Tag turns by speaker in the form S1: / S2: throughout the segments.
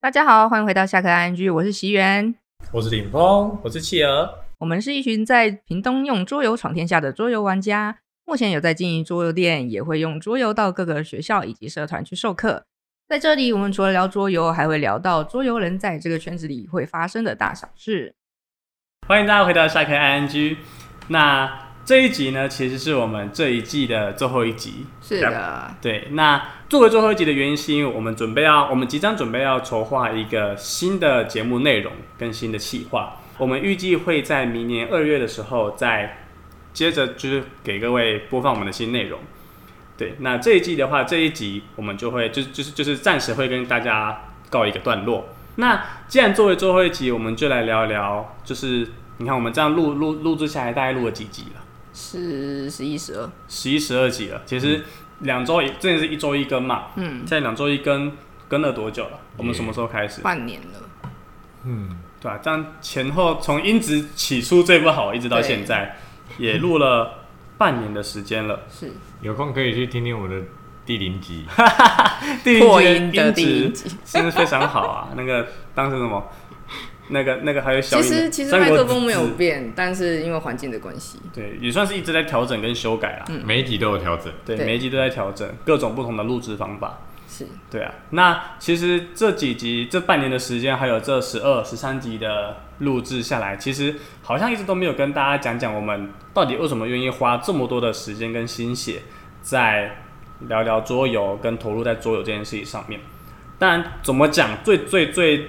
S1: 大家好，欢迎回到下课 ING，我是席源。
S2: 我是顶峰，我是企鹅。
S1: 我们是一群在屏东用桌游闯天下的桌游玩家，目前有在经营桌游店，也会用桌游到各个学校以及社团去授课。在这里，我们除了聊桌游，还会聊到桌游人在这个圈子里会发生的大小事。
S3: 欢迎大家回到下课 ING。那这一集呢，其实是我们这一季的最后一集。
S1: 是的，
S3: 对，那作为最后一集的原因，是因为我们准备要，我们即将准备要筹划一个新的节目内容跟新的企划。我们预计会在明年二月的时候再接着就是给各位播放我们的新内容。对，那这一季的话，这一集我们就会就就是就是暂时会跟大家告一个段落。那既然作为最后一集，我们就来聊一聊，就是你看我们这样录录录制下来，大概录了几集了？
S1: 是十一、十二，
S3: 十一、十二集了。其实两周一，真的是一周一更嘛。
S1: 嗯，
S3: 现在两周一更，更了多久了？我们什么时候开始？
S1: 半年了。
S2: 嗯，
S3: 对啊，这样前后从音质起初最不好，一直到现在，也录了半年的时 间了。
S1: 是
S2: 有空可以去听听我们的第零 集，
S3: 第一
S1: 破
S3: 集
S1: 音的
S3: 音
S1: 第一
S3: 质
S1: 集
S3: 真的非常好啊。 那个当时什么，那个那个还有小
S1: 其
S3: 影
S1: 实
S3: 的
S1: 其实
S3: 三
S1: 麦
S3: 国
S1: 克风没
S3: 之
S1: 有
S3: 子
S1: 变，但是因为环境的关系，
S3: 对，也算是一直在调整跟修改啦。啊
S2: 每一集都有调整。
S3: 对，
S1: 嗯对
S3: 每一集都在调整各种不同的录制方法。
S1: 是
S3: 对啊，那其实这几集这半年的时间，还有这十二、十三集的录制下来，其实好像一直都没有跟大家讲讲我们到底为什么愿意花这么多的时间跟心血在聊聊桌游跟投入在桌游这件事情上面。当然，怎么讲，最最最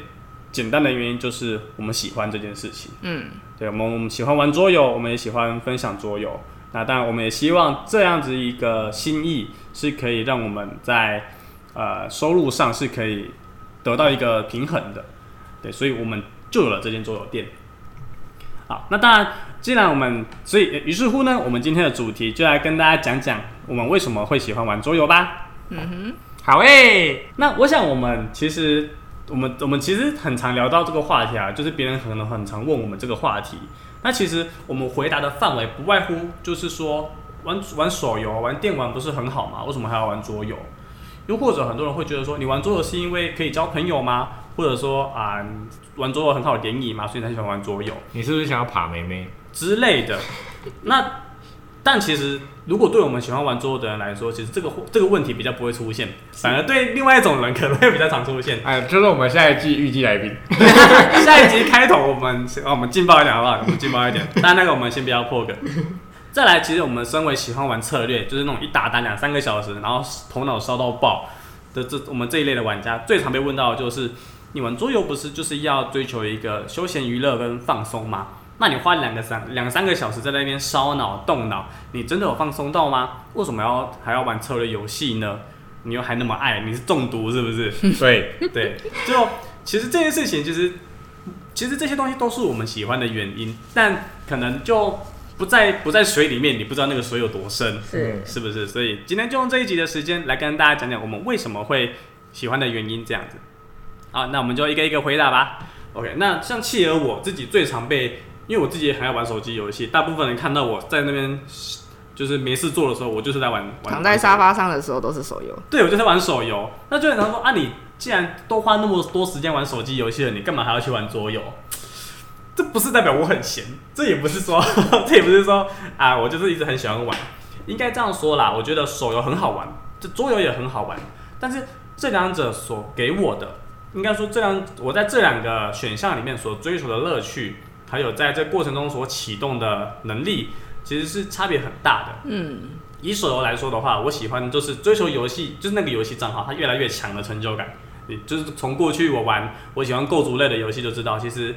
S3: 简单的原因就是我们喜欢这件事情。
S1: 嗯，
S3: 对，我们我们喜欢玩桌游，我们也喜欢分享桌游。那当然，我们也希望这样子一个心意是可以让我们在呃收入上是可以得到一个平衡的。对，所以我们就有了这间桌游店。好，那当然，既然我们所以于是乎呢，我们今天的主题就来跟大家讲讲我们为什么会喜欢玩桌游吧。
S2: 好诶、
S3: 那我想我们其实我们我们其实很常聊到这个话题啊，就是别人可能很常问我们这个话题。那其实我们回答的范围不外乎就是说，玩玩手游、啊玩电玩不是很好吗？为什么还要玩桌游？又或者很多人会觉得说，你玩桌游是因为可以交朋友吗？或者说啊，玩桌游很好联谊嘛，所以才喜欢玩桌游。
S2: 你是不是想要爬妹妹？。
S3: 之类的。那但其实，如果对我们喜欢玩桌游的人来说，其实这个这个问题比较不会出现，反而对另外一种人可能会比较常出现
S2: 哎，这是我们下一季预计 来宾。
S3: 下一集开头我们先、哦我们劲爆一点好不好？我们劲爆一点，但那个我们先不要破梗。再来，其实我们身为喜欢玩策略，就是那种一打打两三个小时，然后头脑烧到爆的这我们这一类的玩家，最常被问到的就是，你玩桌游不是就是要追求一个休闲娱乐跟放松吗？那你花两个三两三个小时在那边烧脑动脑，你真的有放松到吗？为什么要还要玩策略游戏呢？你又还那么爱，你是中毒是不是？
S2: 对，
S3: 对，就其实这件事情，其实其实这些东西都是我们喜欢的原因，但可能就不在不在水里面，你不知道那个水有多深，
S1: 是
S3: 是不是？所以今天就用这一集的时间来跟大家讲讲我们为什么会喜欢的原因，这样子。啊，那我们就一个一个回答吧。OK，那像企鹅我自己最常被，因为我自己也很爱玩手机游戏，大部分人看到我在那边就是没事做的时候，我就是在玩玩
S1: 躺在
S3: 玩手
S1: 沙发上的时候都是手游。
S3: 对，我就在玩手游。那就有人说啊，你既然都花那么多时间玩手机游戏了，你干嘛还要去玩桌游？这不是代表我很闲，这也不是说， 这也不是说啊，我就是一直很喜欢玩。应该这样说啦，我觉得手游很好玩，这桌游也很好玩，但是这两者所给我的，应该说这两我在这两个选项里面所追求的乐趣，还有在这过程中所启动的能力，其实是差别很大的。
S1: 嗯，
S3: 以手游来说的话，我喜欢就是追求游戏，就是那个游戏账号它越来越强的成就感。你就是从过去我玩我喜欢构筑类的游戏就知道，其实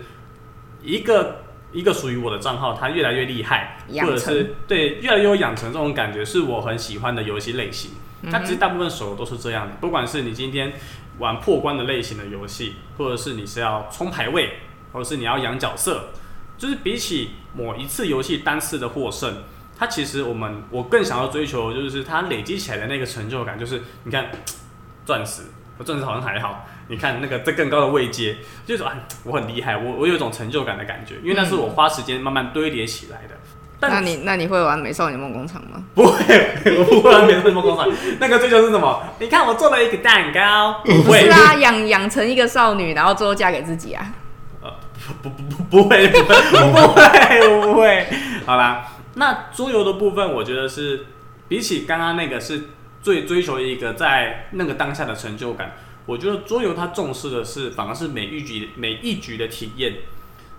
S3: 一个一个属于我的账号，它越来越厉害，
S1: 养
S3: 或
S1: 成
S3: 者是对越来越有养成这种感觉，是我很喜欢的游戏类型。那其实大部分手游都是这样的，不管是你今天玩破关的类型的游戏，或者是你是要冲排位，或者是你要养角色，就是比起某一次游戏单次的获胜，它其实我们我更想要追求，就是它累积起来的那个成就感，就是你看钻石，我钻石好像还好，你看那个在更高的位阶，哎就是说啊，我很厉害，我我有一种成就感的感觉，因为那是我花时间慢慢堆叠起来的。但
S4: 那你那你会玩《美少女梦工厂》吗？
S3: 不会， 我不会玩美什么工厂。那个最就是什么？你看我做了一个蛋糕，不
S4: 不
S3: 会
S4: 是，啊，养养成一个少女，然后最后嫁给自己啊。
S3: 不不不不会，不会，不会，我不会。好啦，那桌游的部分，我觉得是比起刚刚那个是最追求一个在那个当下的成就感。我觉得桌游它重视的是反而是每一局每一局的体验，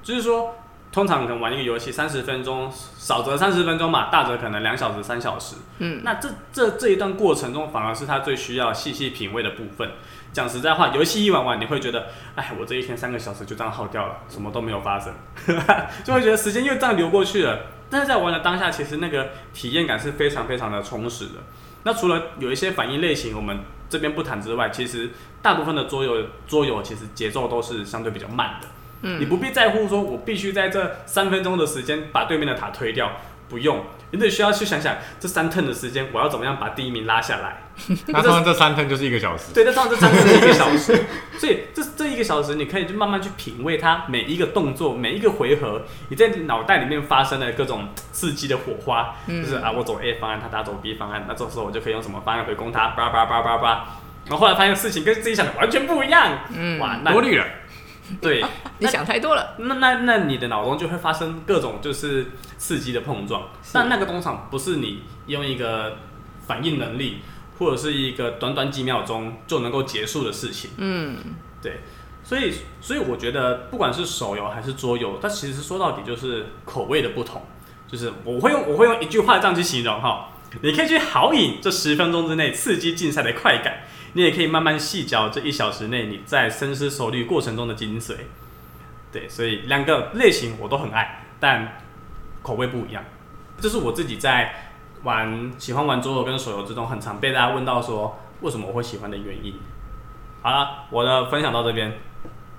S3: 就是说，通常可能玩一个游戏三十分钟，少则三十分钟嘛，大则可能两小时、三小时。
S4: 嗯，
S3: 那这这这一段过程中，反而是他最需要细细品味的部分。讲实在话，游戏一玩完，你会觉得，哎，我这一天三个小时就这样耗掉了，什么都没有发生， 就会觉得时间又这样流过去了。但是在玩的当下，其实那个体验感是非常非常的充实的。那除了有一些反应类型我们这边不谈之外，其实大部分的桌游桌游其实节奏都是相对比较慢的。你不必在乎说我必须在这三分钟的时间把对面的塔推掉，不用，你得需要去想想这三 turn 的时间我要怎么样把第一名拉下来。
S2: 那通常这三天就是一个小 时。
S3: 对，那通常这三 turn 是一个小时，所以这这一个小时你可以就慢慢去品味它每一个动作、每一个回合，你在脑袋里面发生的各种刺激的火花，就是啊，我走 A 方案，他打走 B 方案，那这时候我就可以用什么方案回攻他，叭叭叭叭叭。然后后来发现事情跟自己想的完全不一样，
S4: 嗯
S3: 哇，那
S2: 多虑了，
S3: 对，
S4: 你想太多了。
S3: 那那那你的脑中就会发生各种就是刺激的碰撞，但那个通常不是你用一个反应能力或者是一个短短几秒钟就能够结束的事情。
S4: 嗯，
S3: 对，所以所以我觉得不管是手游还是桌游，它其实说到底就是口味的不同。就是我会用我会用一句话这样去形容哈，你可以去豪饮这十分钟之内刺激竞赛的快感，你也可以慢慢细嚼这一小时内你在深思熟虑过程中的精髓。对，所以两个类型我都很爱，但口味不一样。这是我自己在玩喜欢玩桌游跟手游之中，很常被大家问到说为什么我会喜欢的原因。好了，我的分享到这边。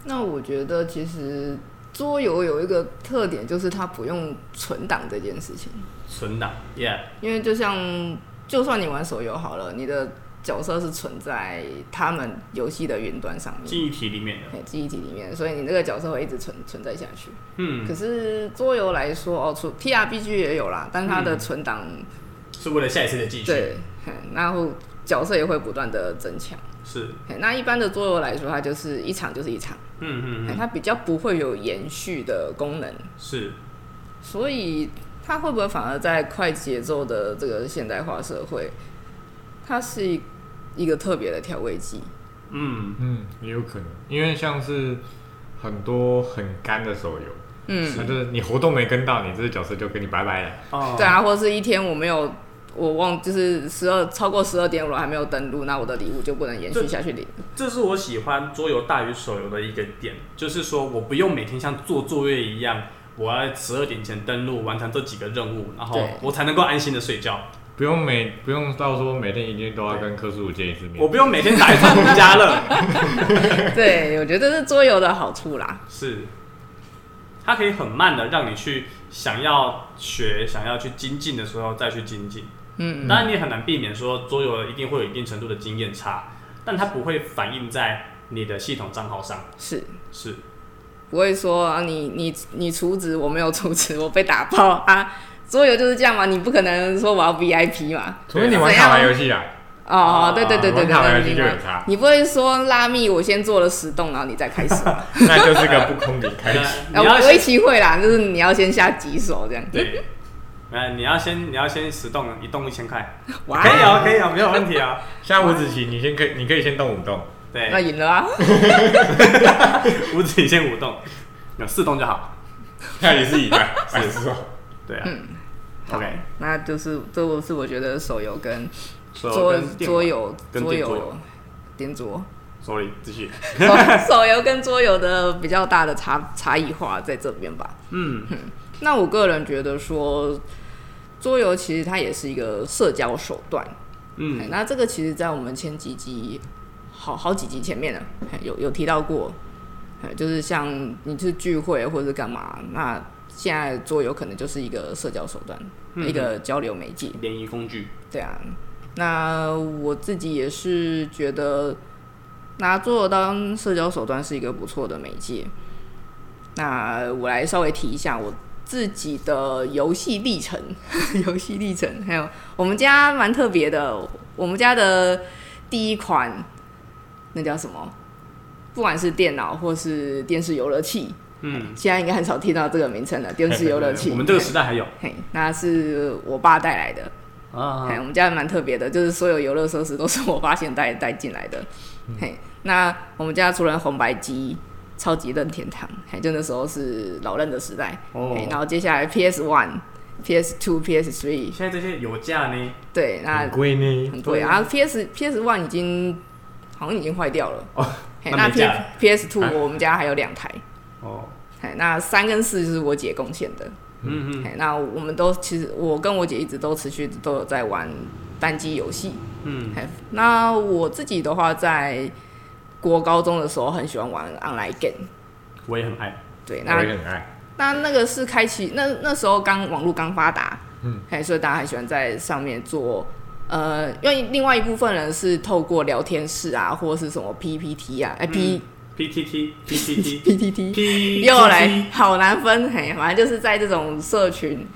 S4: 那我觉得其实桌游有一个特点，就是它不用存档这件事情，
S3: 存档，Yeah，
S4: 因为就像就算你玩手游好了，你的角色是存在他们游戏的云端上面。
S3: 记忆体里面的，
S4: 哎记忆体里面，所以你这个角色会一直存存在下去。
S3: 嗯，
S4: 可是桌游来说，哦，除 T R B G 也有啦，但它的
S3: 嗯
S4: 存档、
S3: 是为了下一次的继续，
S4: 对，嘿然后角色也会不断的增强。
S3: 是，
S4: 嘿那一般的桌游来说，它就是一场就是一场，
S3: 嗯嗯
S4: 嘿
S3: 嗯，
S4: 它比较不会有延续的功能，
S3: 是，
S4: 所以它会不会反而在快节奏的这个现代化社会，它是一一个特别的调味剂？
S3: 嗯，
S2: 嗯，也有可能，因为像是很多很干的手游，
S4: 嗯，
S2: 那就是你活动没跟到，你这个角色就跟你拜拜了。
S3: 哦，
S4: 对，啊，或是一天我没有。我忘就是十二超过十二点我还没有登录，那我的礼物就不能延续下 去领。
S3: 这是我喜欢桌游大于手游的一个点，就是说我不用每天像做作业一样，我要十二点前登录完成这几个任务，然后
S4: 对
S3: 我才能够安心的睡觉，
S2: 不用每不用到说每天一定都要跟柯叔见一次面
S3: 我，不用每天打一串农家乐，
S4: 对，我觉得这是桌游的好处啦。
S3: 是，它可以很慢的让你去想要学、想要去精进的时候再去精进。
S4: 嗯，
S3: 当然你也很难避免说桌游一定会有一定程度的经验差，但它不会反映在你的系统账号上。
S4: 是。
S3: 是，
S4: 不会说啊，你你你处置我没有处置， 我被打爆啊！桌游就是这样嘛，你不可能说我要 VIP 嘛。
S2: 除非你玩卡牌游戏啊，
S4: 哦
S3: 啊，
S4: 对对对对
S2: 玩卡牌游
S4: 对
S2: 戏
S4: 对
S2: 就有
S4: 对，
S2: 差，
S4: 你不会说拉密，我先做了十栋，然后你再开始嘛。 啊
S2: 那就是个不公平开 始。
S3: 你
S4: 哎我
S3: 要
S4: 我一嗯
S3: 先
S4: 起会啦，就是你要先下几手这样。
S3: 对，呃，你要先你要先十动，一动一千块，
S4: 哇
S3: 可，以哦，可以哦，没有问题 啊。
S2: 像五子棋，你先可以，你可以先动五动，
S4: 那
S3: 对，
S4: 赢了啊！
S3: 五子棋先五动，有四动就好。
S2: 那也是一半， 也是哦。
S3: 对啊
S4: 嗯
S3: ，OK，
S4: 那就是这我是我觉得手游跟
S3: 所
S4: 桌
S3: 以
S4: 桌游
S3: 跟电玩跟
S4: 桌
S3: 电
S4: 游
S3: 桌
S4: 有点桌
S3: ，sorry，继续。
S4: 手手游跟桌游的比较大的差差异化在这边吧。
S3: 嗯，
S4: 那我个人觉得说，桌游其实它也是一个社交手段。哎
S3: 嗯，
S4: 那这个其实，在我们前几集好好几集前面了，哎有有提到过，哎就是像你去聚会或者是干嘛，那现在桌游可能就是一个社交手段，
S3: 嗯
S4: 一个交流媒介。
S3: 联谊工具，
S4: 对啊，那我自己也是觉得拿桌游当社交手段是一个不错的媒介。那我来稍微提一下我自己的游戏历程， 游戏历程，还有我们家蛮特别的，我们家的第一款那叫什么？不管是电脑或是电视游乐器，
S3: 嗯，
S4: 现在应该很少听到这个名称了。电视游乐器，
S3: 我们这个时代还有
S4: 嘿，那是我爸带来的。
S3: 啊
S4: 哎，我们家蛮特别的，就是所有游乐设施都是我发现带带进来的。
S3: 嗯
S4: 嘿，那我们家除了红白机、超级任天堂，嘿，就那时候是老任的时代。
S3: 哦
S4: 哎嘿然后接下来 PS One、PS Two、PS Three，
S3: 现在这些有价呢，
S4: 对，那
S2: 很贵呢，
S4: 很贵啊。然后 PS PS One 已经好像已经坏掉了。
S3: 哦
S4: 嘿，
S3: 那
S4: 那
S3: 没价
S4: P
S3: 了
S4: PS Two
S2: 啊
S4: 我们家还有两台。
S3: 哦，
S4: 哎，那三跟四就是我姐贡献的。
S3: 嗯嗯
S4: 哎，那我们都其实我跟我姐一直都持续都有在玩单机游戏。
S3: 嗯，
S4: 嘿那我自己的话，在国高中的时候很喜欢玩 online game。
S3: 嗯我也很爱，
S4: 对，
S2: 我
S4: 那
S2: 也很爱。
S4: 那那个是开启那那时候刚网络刚发达，
S2: 嗯，
S4: 嘿，所以大家很喜欢在上面做。呃，因为另外一部分人是透过聊天室啊，或是什么 PPT 啊，哎、P
S3: PTT PTT
S4: PTT
S3: 嗯 P
S4: 又来，好难分，嘿，反正就是在这种社群，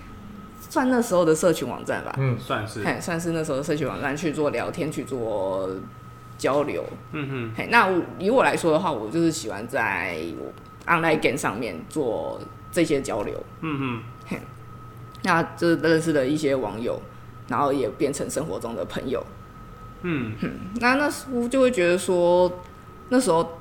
S4: 算那时候的社群网站吧，
S2: 嗯，
S3: 算是，
S4: 嘿，算是那时候的社群网站去做聊天，去做交流，
S3: 嗯
S4: 嘿，那我以我来说的话，我就是喜欢在我 online game 上面做这些交流，
S3: 嗯嗯
S4: 那就是认识了一些网友，然后也变成生活中的朋友。
S3: 嗯嗯，
S4: 那那时候就会觉得说，那时候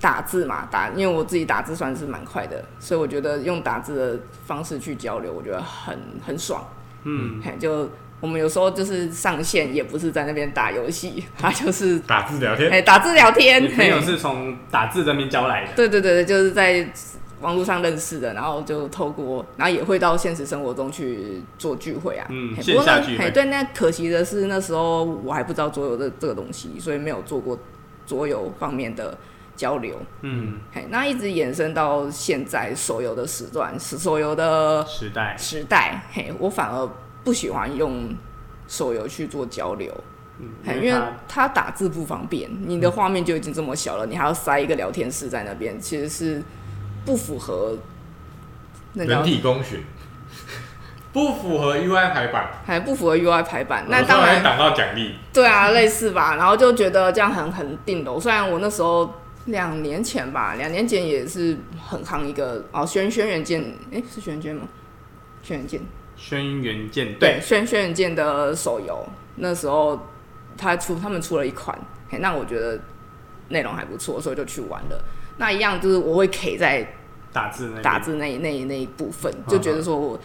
S4: 打字嘛，打，因为我自己打字算是蛮快的，所以我觉得用打字的方式去交流，我觉得很很爽。
S3: 嗯，
S4: 嘿，就我们有时候就是上线也不是在那边打游戏， 他就是
S2: 打字聊天，
S4: 哎打字聊天
S3: 你，朋
S4: 嘿
S3: 友是从打字这边教来的，
S4: 对对对对，就是在网络上认识的，然后就透过，然后也会到现实生活中去做聚会啊。
S3: 嗯
S4: 嘿
S3: 线
S4: 不过
S3: 下
S4: 呢
S3: 聚
S4: 嘿
S3: 会
S4: 对，那可惜的是那时候我还不知道桌游这这个东西，所以没有做过桌游方面的交流。
S3: 嗯，
S4: 嘿，那一直延伸到现在手游的时段，是手游的
S3: 时代，
S4: 时代。嘿，我反而不喜欢用手游去做交流。
S3: 嗯
S4: 嘿因
S3: 因为
S4: 为
S3: 它
S4: 它打字不方便，你的画面就已经这么小了，你还要塞一个聊天室在那边，其实是不符合那
S2: 人
S4: 叫
S2: 体工学，不符合 UI 排版，
S4: 还不符合 UI 排版。那
S2: 有时候
S4: 当
S2: 还
S4: 然，
S2: 挡到奖励，
S4: 对啊，类似吧。然后就觉得这样很很定楼。虽然我那时候两年前吧，两年前也是很夯一个哦，轩轩辕剑，诶，是轩辕剑吗？轩辕剑，
S3: 轩辕剑，
S4: 对，，轩轩辕剑的手游，那时候他出他们出了一款，嘿，那我觉得内容还不错，所以就去玩了。那一样就是我会 K 在
S3: 打字那边
S4: 打，字那一那一那一部分，
S3: 嗯
S4: 就觉得说我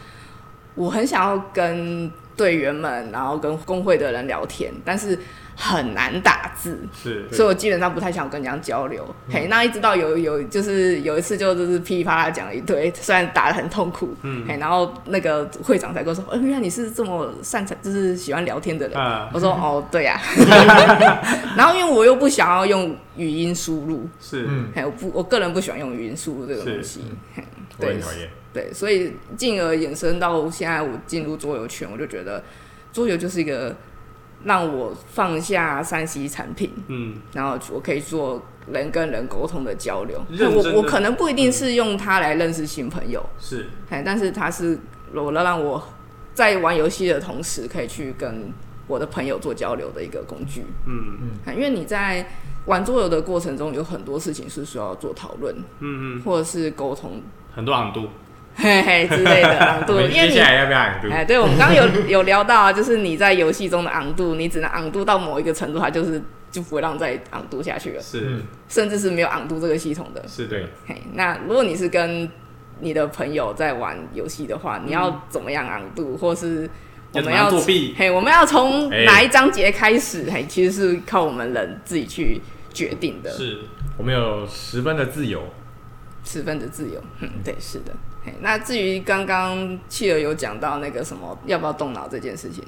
S4: 我很想要跟队员们，然后跟工会的人聊天，但是很难打字，
S3: 是
S2: 对
S4: 所以我基本上不太想跟人家交流。
S3: 嗯
S4: 嘿，那一直到有有就是有一次就就是噼里啪啦讲了一堆，虽然打得很痛苦，
S3: 嗯
S4: 嘿，然后那个会长才跟我说，哦，原来你是这么擅长，就是喜欢聊天的人。
S3: 啊，
S4: 我说哦，对呀、然后因为我又不想要用语音输入，
S3: 是，
S2: 嗯，
S4: 嘿，我不，我个人不喜欢用语音输入这个东西，嘿
S2: 我
S4: 对
S2: 很讨厌。
S4: 对，所以进而衍生到现在，我进入桌游圈，我就觉得桌游就是一个让我放下三 C 产品，
S3: 嗯，
S4: 然后我可以做人跟人沟通的交流。
S3: 认真的
S4: 我我可能不一定是用它来认识新朋友，
S3: 是，
S4: 哎，但是它是呃我让我在玩游戏的同时，可以去跟我的朋友做交流的一个工具。
S3: 嗯
S4: 哎因为你在玩桌游的过程中，有很多事情是需要做讨论
S3: 嗯嗯，
S4: 或者是沟通，
S3: 很多昂度，
S4: 嘿嘿之类 的昂
S2: 我
S4: 度，
S2: 们
S4: 因为
S2: 接
S4: 你
S2: 下。来要不要朗读？
S4: 哎，对，我们刚刚有 有聊到啊，就是你在游戏中的昂度，你只能昂度到某一个程度，它就是就不会让你再昂度下去了，
S3: 是
S2: 嗯，
S4: 甚至是没有昂度这个系统的。
S3: 是
S2: 对
S3: 的，，
S4: 嘿，那如果你是跟你的朋友在玩游戏的话，你要怎么样昂度，或是我
S3: 嗯要怎
S4: 们
S3: 么样
S4: 要
S3: 作弊？
S4: 嘿，我们要从
S2: 哎
S4: 哪一章节开始？嘿，其实是靠我们人自己去决定的，
S3: 是，
S2: 我们有十分的自由，
S4: 十分的自由。嗯，对，是的。嘿，那至于刚刚契儿有讲到那个什么要不要动脑这件事情，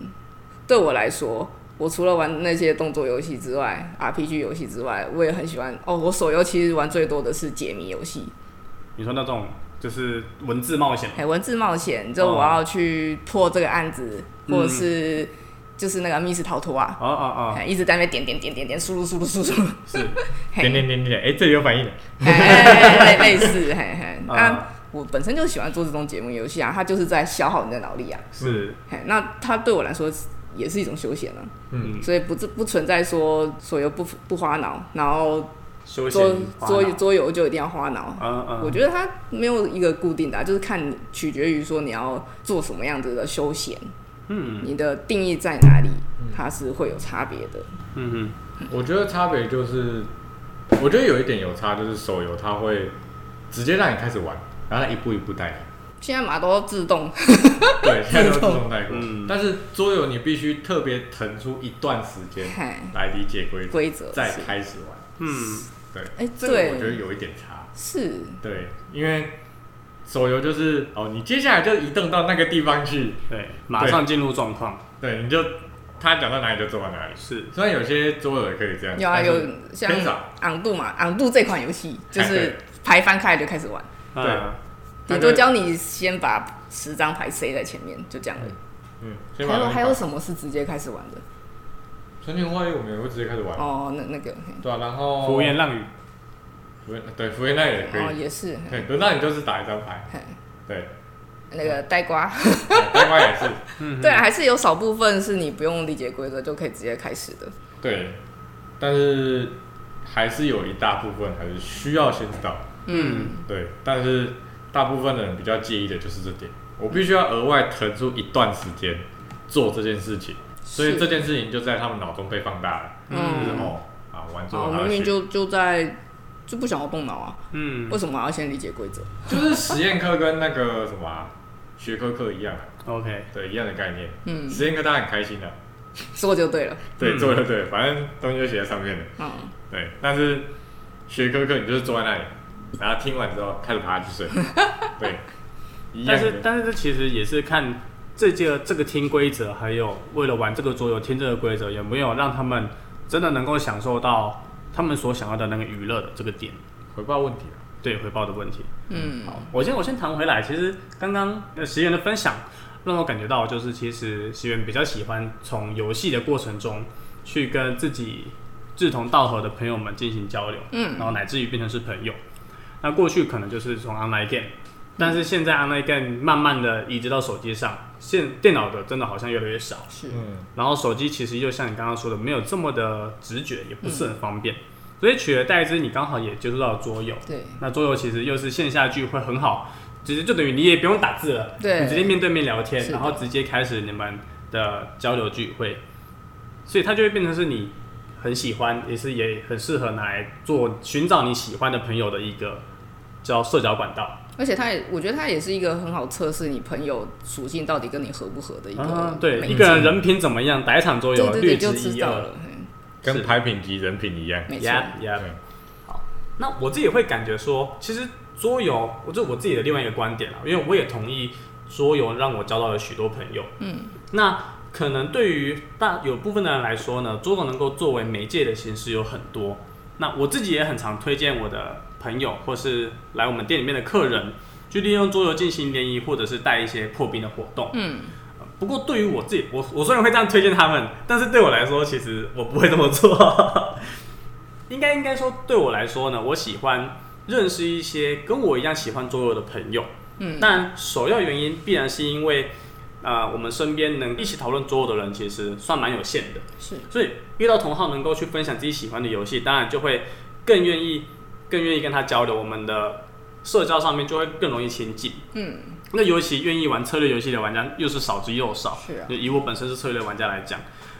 S4: 对我来说，我除了玩那些动作游戏之外，RPG 游戏之外，我也很喜欢哦。我手游其实玩最多的是解谜游戏，
S3: 你说那种就是文字冒险，
S4: 嘿，文字冒险，就我要去破这个案子，
S3: 哦嗯
S4: 或者是就是那个密室逃脱啊，
S3: 哦哦哦，
S4: 嘿一直在那边点点点点点输入输入输 入，
S3: 是，
S4: 嘿
S2: 点点点点，哎，这里有反应了，
S4: 哎，类类似，嘿嘿。那
S3: 啊，
S4: 我本身就喜欢做这种解谜游戏啊，它就是在消耗你的脑力啊。
S3: 是，
S4: 嘿，那它对我来说也是一种休闲啊，
S3: 嗯，
S4: 所以不不存在说手游不不花脑，然后
S3: 休闲
S4: 桌
S3: 花
S4: 桌
S3: 脑
S4: 桌游就一定要花脑。
S3: 嗯嗯，
S4: 我觉得它没有一个固定的、啊，就是看你取决于说你要做什么样子的休闲，
S3: 嗯
S4: 你的定义在哪里，它是会有差别的。
S3: 嗯嗯，
S2: 我觉得差别就是，我觉得有一点有差，就是手游它会直接让你开始玩，然后它一步一 步带你。
S4: 现在马都自动，
S2: 对，现在都是自动带过
S3: 嗯。
S2: 但是桌游你必须特别腾出一段时间
S4: 嘿，
S2: 来理解规则，
S4: 规则
S2: 再
S4: 是
S2: 开始玩。
S3: 嗯，
S2: 对，
S4: 哎
S2: 这个我
S4: 对
S2: 觉得有一点差。
S4: 是
S2: 对，因为手游就是哦，你接下来就移动到那个地方去，
S3: 对，马上进入状况，
S2: 对，你就他讲到哪里就做到哪里。
S3: 是，
S2: 虽然有些桌游也可以这样，
S4: 有啊
S2: 但是
S4: 有像
S2: 偏少
S4: 昂度嘛，昂度这款游戏就
S2: 哎对
S4: 是牌翻开来就开始玩，
S3: 嗯
S2: 对
S4: 顶多教你先把十张牌塞在前面，就这样而已。
S2: 嗯，先把
S4: 还有
S2: 它
S4: 还有什么是直接开始玩的？
S2: 纯情花语我们也会直接开始玩，
S4: 哦，那那个，嘿
S2: 对啊，然后
S3: 胡言乱语，
S2: 福原对福原那也可
S4: 哦
S2: 以，
S4: 也是，嘿
S2: 对，轮到你就是打一张牌，
S4: 嘿
S2: 对，
S4: 那个呆瓜。
S2: 呆瓜也是，
S3: 嗯，
S4: 对啊，还是有少部分是你不用理解规则就可以直接开始的。
S2: 对，但是还是有一大部分还是需要先知道，
S3: 嗯，
S2: 对，但是大部分的人比较介意的就是这点，我必须要额外腾出一段时间做这件事情，所以
S4: 是
S2: 这件事情就在他们脑中被放大了，就是
S4: 嗯，
S2: 哦啊玩
S4: 啊
S2: 桌
S4: 我
S2: 游他
S4: 明
S2: 会
S4: 明
S2: 学，
S4: 就就在就不想要动脑啊，
S3: 嗯
S4: 为什么还要先理解规则？
S2: 就是实验课跟那个什么啊学科课一样啊，
S3: ，OK，
S2: 对，一样的概念，
S4: 嗯，
S2: 实验课大家很开心的、啊
S4: 说就对了。
S2: 对，
S3: 嗯
S2: 做就对，反正东西就写在上面了。
S4: 嗯，
S2: 对，但是学科课你就是坐在那里，然后听完之后开始爬下去 睡。对，一
S3: 但
S2: 样
S3: 是
S2: 的。
S3: 但是这其实也是看这届这个听规则，还有为了玩这个桌游听这个规则，有没有让他们真的能够享受到他们所想要的那个娱乐的这个点，
S2: 回报问题啊，
S3: 对回报的问题。
S4: 嗯，
S3: 好，我先我先谈回来，其实刚刚呃石原的分享让我感觉到，就是其实石原比较喜欢从游戏的过程中去跟自己志同道合的朋友们进行交流，
S4: 嗯
S3: 然后乃至于变成是朋友。那过去可能就是从 online game，但是现在啊 online game 慢慢的移植到手机上，现电脑的真的好像越来越少。
S4: 是，
S2: 嗯，
S3: 然后手机其实又像你刚刚说的，没有这么的直觉，也不是很方便，所以取而代之，你刚好也接触到了桌游。
S4: 对，
S3: 那桌游其实又是线下聚会很好，其实就等于你也不用打字了，
S4: 对
S3: 你直接面对面聊天，
S4: 是的
S3: 然后直接开始你们的交流聚会，所以它就会变成是你很喜欢，也是也很适合拿来做寻找你喜欢的朋友的一个叫社交管道。
S4: 而且它也，我觉得它也是一个很好测试你朋友属性到底跟你合不合的一个媒介、
S3: 啊，对，一个人人品怎么样，打一场桌
S4: 对
S3: 游
S4: 对
S3: 略
S4: 对，
S3: 知
S4: 就知
S3: 一
S4: 道
S3: 二。
S4: 了，嘿
S2: 跟
S3: 是
S2: 牌品及人品一样。
S4: 没错。
S3: 呀呀，
S2: 对
S3: 那我自己会感觉说，其实桌游，我这是我自己的另外一个观点啦，啊因为我也同意桌游让我交到了许多朋友。嗯，那可能对于大有部分的人来说呢，桌游能够作为媒介的形式有很多。那我自己也很常推荐我的朋友或是来我们店里面的客人，去利用桌游进行联谊或者是带一些破冰的活动。
S4: 嗯，
S3: 不过对于我自己，我我虽然会这样推荐他们，但是对我来说，其实我不会这么做。 应该应该说，对我来说呢，我喜欢认识一些跟我一样喜欢桌游的朋友。
S4: 嗯
S3: 但首要原因必然是因为，呃，我们身边能一起讨论桌游的人其实算蛮有限的，
S4: 是，
S3: 所以遇到同好能够去分享自己喜欢的游戏，当然就会更愿意更愿意跟他交流，我们的社交上面就会更容易亲近。
S4: 嗯，
S3: 那尤其愿意玩策略游戏的玩家又是少之又少。
S4: 是啊
S3: 就以我本身是策略玩家来讲，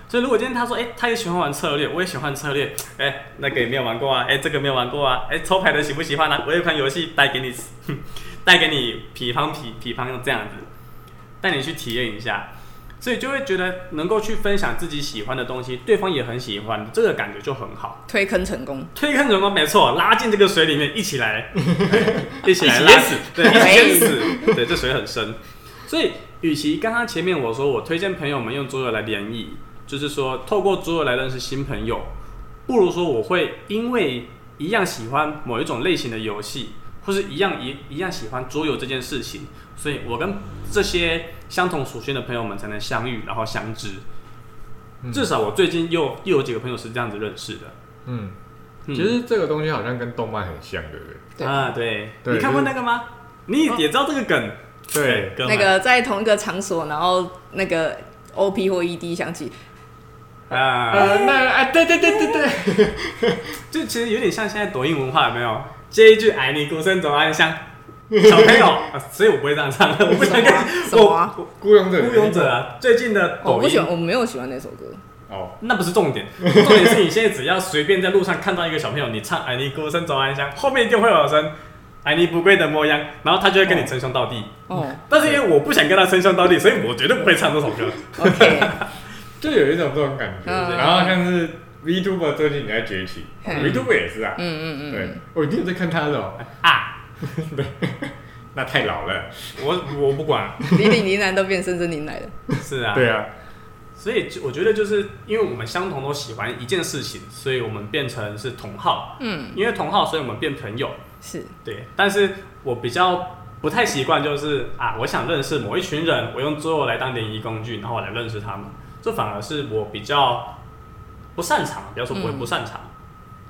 S3: 所以如果今天他说，哎、他也喜欢玩策略，我也喜欢策略，哎、那个也没有玩过啊，哎、这个没有玩过啊，哎、抽牌的喜不喜欢啊？我有一款游戏带给你，带给你匹方匹匹方这样子，带你去体验一下。所以就会觉得能够去分享自己喜欢的东西，对方也很喜欢，这个感觉就很好。
S4: 推坑成功，
S3: 推坑成功，没错，拉进这个水里面，一起 来，一起来
S2: 一起
S3: 拉
S2: 淹死，
S3: 对，一起淹死，对，这水很深。所以，与其刚刚前面我说我推荐朋友们用桌游来联谊，就是说透过桌游来认识新朋友，不如说我会因为一样喜欢某一种类型的游戏，或是一样一一样喜欢桌游这件事情，所以我跟这些相同属性的朋友们才能相遇，然后相知。
S2: 嗯
S3: 至少我最近又又有几个朋友是这样子认识的。
S2: 嗯，
S3: 嗯
S2: 其实这个东西好像跟动漫很像，对不对？
S4: 对
S3: 啊，对，
S2: 对
S3: 你看过那个吗？你也知道这个梗，
S2: 对，
S3: 哥
S4: 哦那
S3: 们
S4: 个在同一个场所，然后那个 OP 或 ED 响起，
S3: 啊，
S2: 呃，那哎，对对对对对，
S3: 就其实有点像现在抖音文化，有没有？接一句“哎，你孤身走暗巷”，小 朋友，啊所以我不会这样唱，我不想跟
S4: 什么啊
S3: 我
S2: 孤勇者，
S3: 我孤勇者啊，最近的
S4: 哦我
S3: 抖
S4: 不喜
S3: 音
S4: 欢，我没有喜欢那首歌。
S2: 哦，
S3: 那不是重点， 重点是你现在只要随便在路上看到一个小朋友，你唱“哎，你孤身走暗巷”，后面一定会有声“哎，你不跪的模样”，然后他就会跟你称兄道弟。
S4: 哦
S3: 但是因为我不想跟他称兄道弟，所以我绝对不会唱这首歌。
S4: ，OK，
S2: 就有一种这种感觉。
S4: 嗯
S2: 然后像是 VTuber 最近也在崛起
S4: 嗯
S2: ，VTuber 也是啊
S4: 嗯，嗯嗯
S2: 对
S4: 嗯，，
S2: 我一定有在看他的哦，
S3: 啊，
S2: 那太老了，
S3: 我我不管，
S4: 李李林南都变深深林来了。
S3: 是啊，
S2: 对啊，
S3: 所以就我觉得就是因为我们相同都喜欢一件事情，所以我们变成是同好，
S4: 嗯，
S3: 因为同好，所以我们变朋友，
S4: 是，
S3: 对。但是我比较不太习惯，就是啊，我想认识某一群人，我用桌游来当联谊工具，然后我来认识他们，这反而是我比较不擅长，不要说不会
S4: 嗯
S3: 不擅长，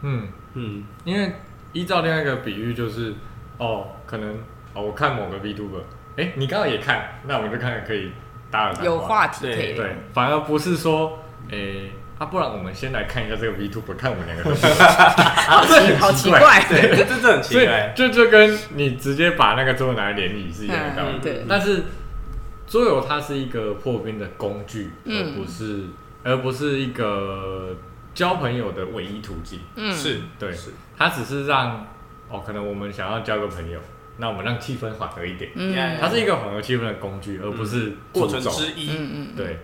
S2: 嗯，
S3: 嗯，
S2: 因为依照另外一个比喻就是，哦，可能哦，我看某个 VTuber，哎，你刚好也看，那我们就看可以搭了
S4: 有话题可以
S3: 对
S4: 聊。
S2: 对，反而不是说，哎，啊，不然我们先来看一下这个 VTuber，看我们 两个都是，
S4: 好奇，好奇怪。
S3: 对，这这很
S2: 所
S3: 奇
S2: 以
S3: 怪，
S2: 这就跟你直接把那个桌游拿来联谊是一样的道 理。
S4: 嗯，对，
S2: 但是桌游它是一个破冰的工具，
S4: 嗯
S2: 而不是而不是一个交朋友的唯一途径。
S4: 嗯，
S3: 是
S2: 对
S3: 是，
S2: 它只是让哦，可能我们想要交个朋友，那我们让气氛缓和一点。
S4: 嗯，
S2: 它是一个缓和气氛的工具，而不是
S3: 过程
S2: 诅咒
S3: 之一，
S4: 嗯嗯，
S2: 对，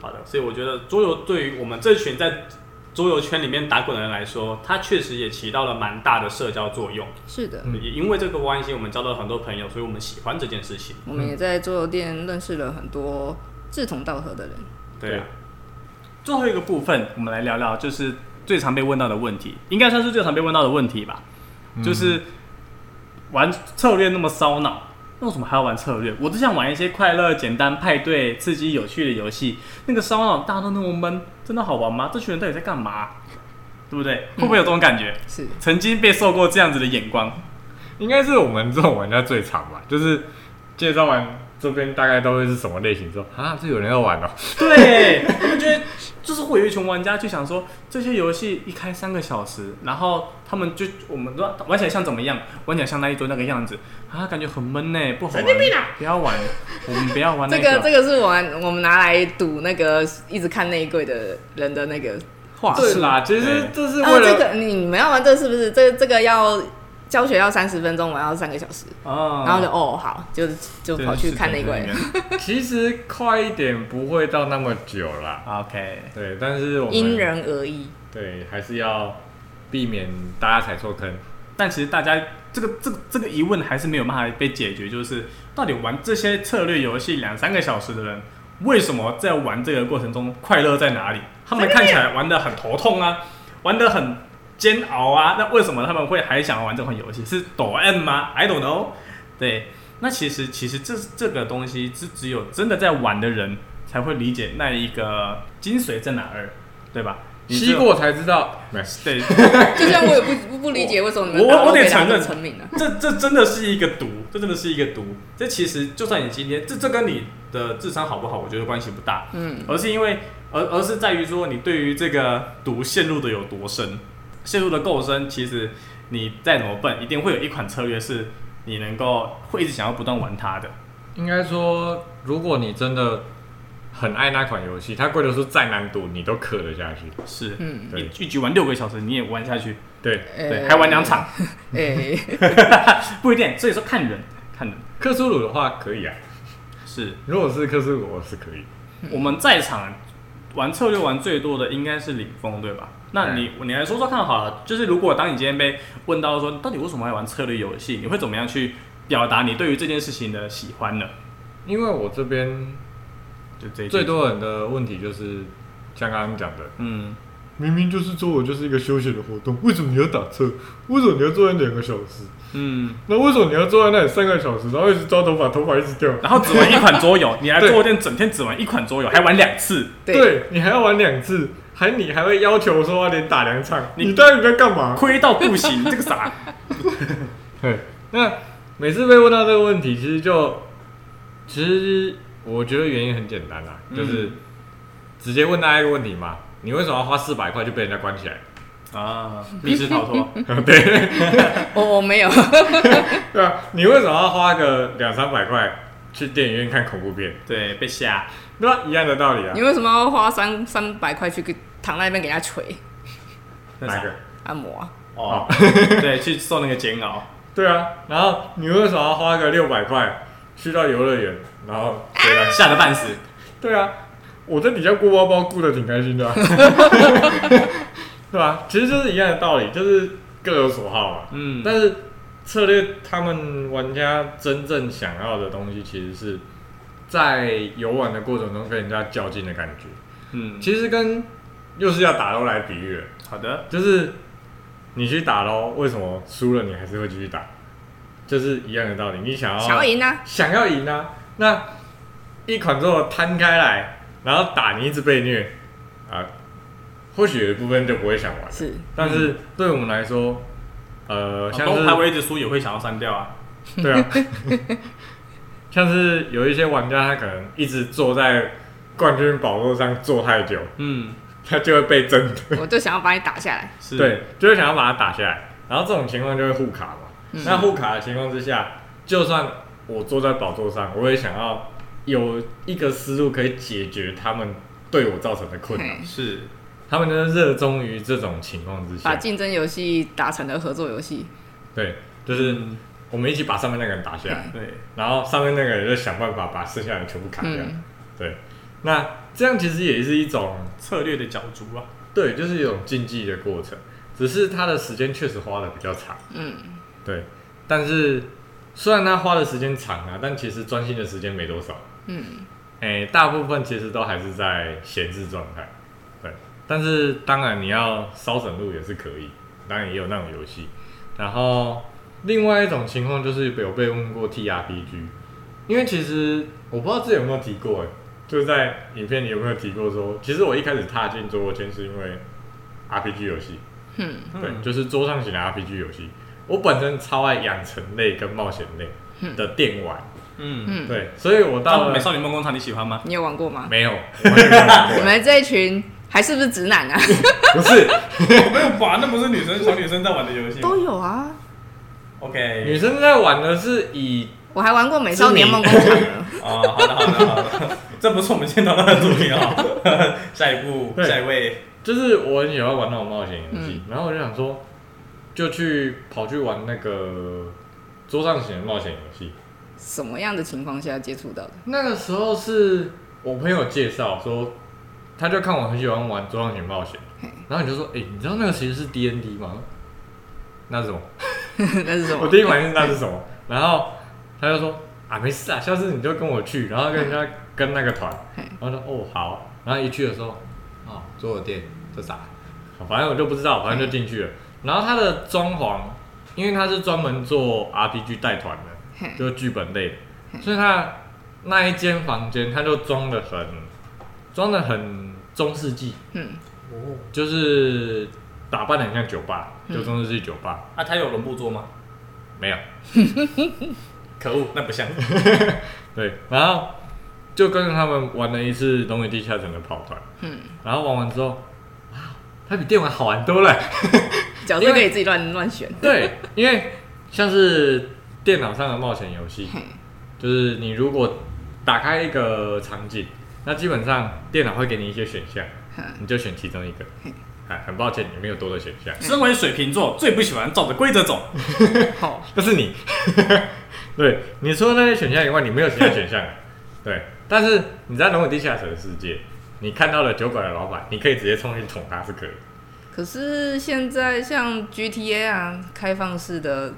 S3: 好的，所以我觉得桌游对于我们这群在桌游圈里面打滚的人来说，它确实也起到了蛮大的社交作用。
S4: 是的。
S2: 嗯
S3: 也因为这个关系，我们交到了很多朋友，所以我们喜欢这件事情。
S4: 我们也在桌游店认识了很多志同道合的人。
S3: 对啊。最后一个部分，我们来聊聊，就是最常被问到的问题，应该算是最常被问到的问题吧，就是玩策略那么烧脑。那为什么还要玩策略？我只想玩一些快乐、简单、派对、刺激、有趣的游戏。那个烧脑，大家都那么闷，真的好玩吗？这群人到底在干嘛？对不对？会不会有这种感觉？
S4: 是，
S3: 曾经被受过这样子的眼光，
S2: 应该是我们这种玩家最常吧，就是介绍完。这边大概都会是什么类型？之后啊，这有人要玩哦。
S3: 对，我们觉得就是会有一群玩家就想说，这些游戏一开三个小时，然后他们就我们说玩起来像怎么样，玩起来像那一桌那个样子，啊，感觉很闷呢，不好玩，不要玩，我们不要玩那
S4: 这个这个是我们我们拿来赌那个一直看内柜的人的那个话
S3: 对
S2: 啊是啦，其实
S3: 对
S2: 这是
S4: 啊，
S2: 为
S4: 这
S2: 了
S4: 个你你们要玩这是不是？这这个要教学要三十分钟，我要三个小时，
S3: 啊，
S4: 然后就哦好，就就跑去看那
S3: 个
S4: 位。
S2: 其实快一点不会到那么久啦，
S3: ，OK，
S2: 对，但是我们
S4: 因人而异。
S2: 对还是要避免大家踩错坑。
S3: 但其实大家这个这个这个疑问还是没有办法被解决，就是到底玩这些策略游戏两三个小时的人，为什么在玩这个过程中快乐在哪里？他们看起来玩的很头痛啊，玩的很煎熬啊，那为什么他们会还想要玩这款游戏？是抖 M 吗？I don't know。对，那其实其实这这个东西是只有真的在玩的人才会理解那一个精髓在哪儿，对吧？你只
S2: 吸
S3: 有
S2: 过才知道，没
S3: 对，
S4: 就像我也不不 不理解为什么你们
S3: 我我
S4: 打
S3: 我得
S4: 被打
S3: 承认
S4: 成成名了。
S3: 这这真的是一个毒，这真的是一个毒。这其实就算你今天这这跟你的智商好不好，我觉得关系不大，
S4: 嗯，
S3: 而是因为而而是在于说你对于这个毒陷入的有多深，陷入的够深，其实你再怎么笨，一定会有一款策略是你能够会一直想要不断玩它的。
S2: 应该说，如果你真的很爱那款游戏，它贵的是再难赌你都磕得下去。
S3: 是，
S4: 嗯呃
S3: 你
S2: 对
S3: 一局玩六个小时，你也玩下去，
S2: 对，
S3: 对，还玩两场，
S4: 哎，
S3: 不一定。所以说看人，看人
S2: 克苏鲁的话可以啊，
S3: 是。
S2: 如果是克苏鲁，我是可以。
S3: 我们在场玩策略玩最多的应该是领风，对吧？那你你来说说看好了，就是如果当你今天被问到说到底为什么要玩策略游戏，你会怎么样去表达你对于这件事情的喜欢呢？
S2: 因为我这边
S3: 就这一句
S2: 最，多人的问题就是，像刚刚讲的，
S3: 嗯，
S2: 明明就是桌游就是一个休闲的活动，为什么你要打车？为什么你要坐在两个小时？
S3: 嗯，
S2: 那为什么你要坐在那里三个小时，然后一直抓头发，头发一直掉？
S3: 然后只玩一款桌 游，你来
S2: 对
S3: 做店整天只玩一款桌游，还玩两次，
S4: 对，
S2: 你还要玩两次，还你还会要求说要连打两场，
S3: 你
S2: 你到底在干嘛？
S3: 亏到不行，这个傻。
S2: 对，那每次被问到这个问题，其实就其实我觉得原因很简单啦、
S3: 嗯
S2: 就是直接问大家一个问题嘛，你为什么要花四百块就被人家关起 来？
S3: 啊，密室逃脱，
S4: 我我没有，
S2: 对啊，你为什么要花个两三百块去电影院看恐怖片？
S3: 对，被吓，
S2: 对吧？一样的道理啊
S4: 你。为什么要花三三百块去给躺在那边给人家捶
S3: 那
S2: 哪
S3: 啥
S2: 一个？？
S4: 按摩啊？
S3: 哦， 对，去受那个煎熬，
S2: 对啊，然后你为什么要花个六百块去到游乐园，然后回来？
S3: 吓得半死。
S2: 对啊，我在底下过包包，过得挺开心的、啊，对吧、其实就是一样的道理，就是各有所好嘛。
S3: 嗯，
S2: 但是策略，他们玩家真正想要的东西，其实是在游玩的过程中跟人家较劲的感觉。
S3: 嗯，
S2: 其实跟又是要打斗来比喻了，
S3: 好的，
S2: 就是你去打喽，为什么输了你还是会继续打？就是一样的道理，你
S3: 哦
S2: 想要
S4: 想要赢 啊？
S2: 想要赢啊，那一款之后摊开来，然后打你一直被虐啊，或许有一部分就不会想玩了，
S4: 是
S2: 但是
S4: 嗯
S2: 对我们来说，呃，像
S3: 东
S2: 是
S3: 排位一直输也会想要删掉啊。
S2: 对啊， 像是有一些玩家他可能一直坐在冠军宝座上坐太久，
S3: 嗯，
S2: 他就会被针对，
S4: 我就想要把你打下 来。
S3: 是，
S2: 对，就会想要把他打下来，然后这种情况就会互卡嘛。
S4: 嗯
S2: 那互卡的情况之下，就算我坐在宝座上，我也想要有一个思路可以解决他们对我造成的
S3: 啊
S2: 困扰
S4: 嘿。
S3: 是，
S2: 他们就是热衷于这种情况之
S4: 把
S3: 啊
S2: 下，
S4: 竞争游戏打成了合作游戏，
S2: 对，就是我们一起把上面那个人打下来。
S3: 嗯对，
S2: 然后上面那个人就想办法把剩下的人全部砍掉。
S4: 嗯
S2: 对，那这样其实也是一种
S3: 策略的角逐啊。
S2: 对，就是一种竞技的过程，只是他的时间确实花的比较长。
S4: 嗯，
S2: 对，但是虽然他花的时间长啊，但其实专心的时间没多少。
S4: 嗯，
S2: 哎、大部分其实都还是在闲置状态。对，但是当然你要烧整路也是可以，当然也有那种游戏。然后另外一种情况就是有被问过 TRPG，因为其实我不知道自己有没有提过、哎，就是在影片里有没有提过说，其实我一开始踏进桌游圈是因为 RPG 游戏，
S4: 嗯
S2: 对，
S3: 嗯
S2: 就是桌上型的 RPG 游戏。我本身超爱养成类跟冒险类的电玩，
S3: 嗯，
S4: 嗯，
S2: 对，所以我到
S3: 当
S2: 了
S3: 美少女梦工厂你喜欢 吗？
S4: 你有玩过吗？
S2: 没有，啊我完全没有玩过
S4: 你们这一群还是不是直男啊？
S2: 不 是
S3: 哦没有玩，那不是女生小女生在玩的游戏
S4: 都有啊，
S2: 女
S3: OK，
S2: 生在玩的是以
S4: 我还玩过美少年梦工厂呢。
S3: 哦，好的好的好的，这不是我们今天讨论的主题哦。 下一步，
S2: 对
S3: 下一位，
S2: 就是我很喜欢玩那种冒险游戏，然后我就想说，就去跑去玩那个桌上型的冒险游戏。
S4: 什么样的情况下接触到 的？
S2: 那个时候是我朋友介绍说，他就看我很喜欢玩桌上型冒险
S4: 嘿，
S2: 然后你就说，哎、你知道那个其实是 D N D 吗？那是什么？
S4: 那是什
S2: 我
S4: 么？
S2: 第一反应是那是什么？然后他就说啊，没事啊，下次你就跟我去，然后跟人家跟那个团，
S4: 嘿
S2: 然后说哦好，然后一去的时候，哦，桌游店这啥？反正我就不知道，反正就进去了。然后它的装潢，因为它是专门做 RPG 带团的，
S4: 嘿
S2: 就是剧本类的，所以它那一间房间，它就装的很，装的很中世纪，
S4: 嗯，
S2: 就是打扮的很像酒吧，
S4: 嗯
S2: 就中世纪酒吧，
S3: 啊，他有轮布桌吗？
S2: 没有。
S3: 可恶，那不像。
S2: 对，然后就跟着他们玩了一次《龙与地下城》的跑团，
S4: 嗯，
S2: 然后玩完之后，哇，它比电玩好玩多了。
S4: 角色可以自己乱乱选。
S2: 对，因为像是电脑上的冒险游戏，
S4: 嘿，
S2: 就是你如果打开一个场景，那基本上电脑会给你一些选项，
S4: 哼
S2: 你就选其中一个
S4: 嘿。
S2: 哎，很抱歉，你没有多的选项，
S3: 身为水瓶座，最不喜欢照着规则走。
S4: 好，
S2: 那是你。 对，你除了那些选项以外，你没有其他选 项。啊对，但是你在《龙与地下城》的世界，你看到了酒馆的老板，你可以直接冲去捅他是可以的。
S4: 可是现在像 GTA 啊，开放式的，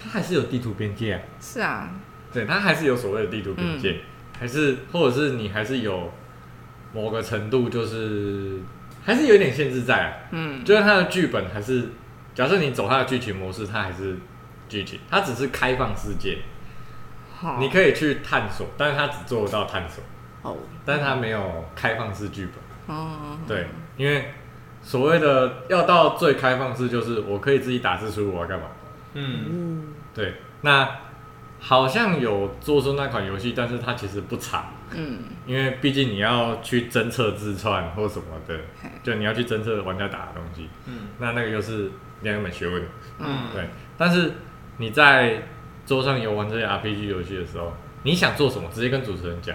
S2: 他还是有地图边界啊，嗯
S4: 是啊，
S2: 对，他还是有所谓的地图边界，还是或者是你还是有某个程度，就是还是有点限制在、啊。
S4: 嗯，
S2: 就是他的剧本还是，假设你走他的剧情模式，它还是剧情，它只是开放世界，
S4: 好
S2: 你，可以去探索，但是它只做得到探索，
S4: 哦，
S2: 但是它没有开放式剧本。
S4: 哦，
S2: 对，因为所谓的要到最开放式，就是我可以自己打字输入我要干嘛。
S3: 嗯，
S2: 对，那好像有做出那款游戏，但是它其实不长，
S4: 嗯，
S2: 因为毕竟你要去侦测自串或什么的
S4: 嘿，
S2: 就你要去侦测玩家打的东西，
S3: 嗯
S2: 那那个又是两个门学问。
S3: 嗯，
S2: 对，但是你在桌上游玩这些 RPG 游戏的时候，你想做什么，直接跟主持人讲，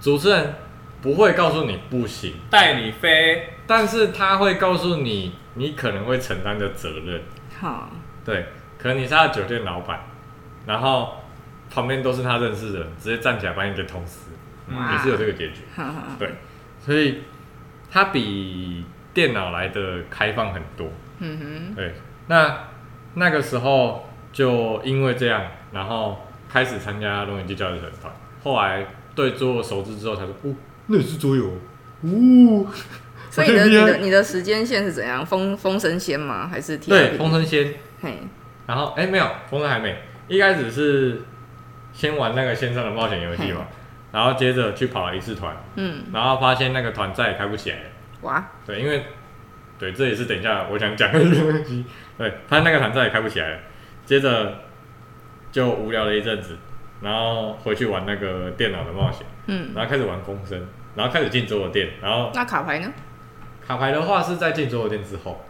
S2: 主持人不会告诉你不行，
S3: 带你飞，
S2: 但是他会告诉你你可能会承担的责任。
S4: 好，
S2: 对，可能你是他的酒店老板，然后旁边都是他认识的人，直接站起来把你给捅死，
S4: 哇
S2: 也是有这个结局。
S4: 好好，
S2: 对，所以它比电脑来的开放很多。
S4: 嗯
S2: 对，那那个时候就因为这样，然后开始参加龙眼季教育社团，后来对桌游熟知之后才说，哦，那也是桌游，哦，
S4: 哼，所以你
S2: 我
S4: 的你
S2: 觉得厉
S4: 的
S2: 害
S4: 你的时间线是怎样？封封神仙吗？还是 T
S2: 对，风，筝仙，
S4: 嘿，
S2: 然后哎、没有，风筝还没，一开始是先玩那个线上的冒险游戏嘛，然后接着去跑了一次团，
S4: 嗯，
S2: 然后发现那个团再也开不起来了，
S4: 哇，
S2: 对，因为对，这也是等一下我想讲的东西，对，他那个团再也开不起来了，接着就无聊了一阵子，然后回去玩那个电脑的冒险，
S4: 嗯，
S2: 然后开始玩风声，然后开始进桌游店，然后
S4: 那卡牌呢？
S2: 卡牌的话是在进桌游店之后，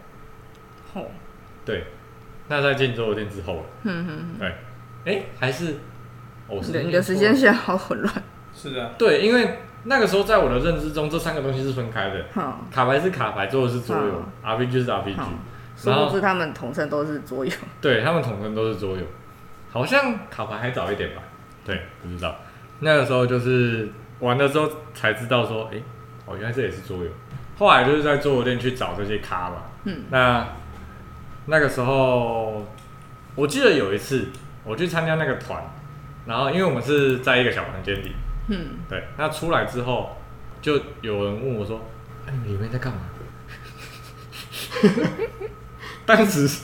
S4: 哦，
S2: 对，那在进桌游店之后了，
S4: 嗯哼，
S2: 对，哎，还是哦，
S4: 你
S2: 是
S4: 的你的时间线好混乱，
S3: 是啊的，
S2: 对，因为那个时候在我的认知中，这三个东西是分开的，
S4: 好，
S2: 卡牌是卡牌，桌游是桌游
S4: 嗯
S2: ，RPG 是 RPG，
S4: 好殊
S2: 然后
S4: 不知他们统称都是桌游，
S2: 对他们统称都是桌游，好像卡牌还早一点吧？对，不知道。那个时候就是玩了之后才知道说，诶，哦，原来这也是桌游。后来就是在桌游店去找这些咖嘛。
S4: 嗯，
S2: 那那个时候我记得有一次我去参加那个团，然后因为我们是在一个小房间里，
S4: 嗯，
S2: 对，那出来之后就有人问我说：“哎、你们里面在干嘛？” 当时，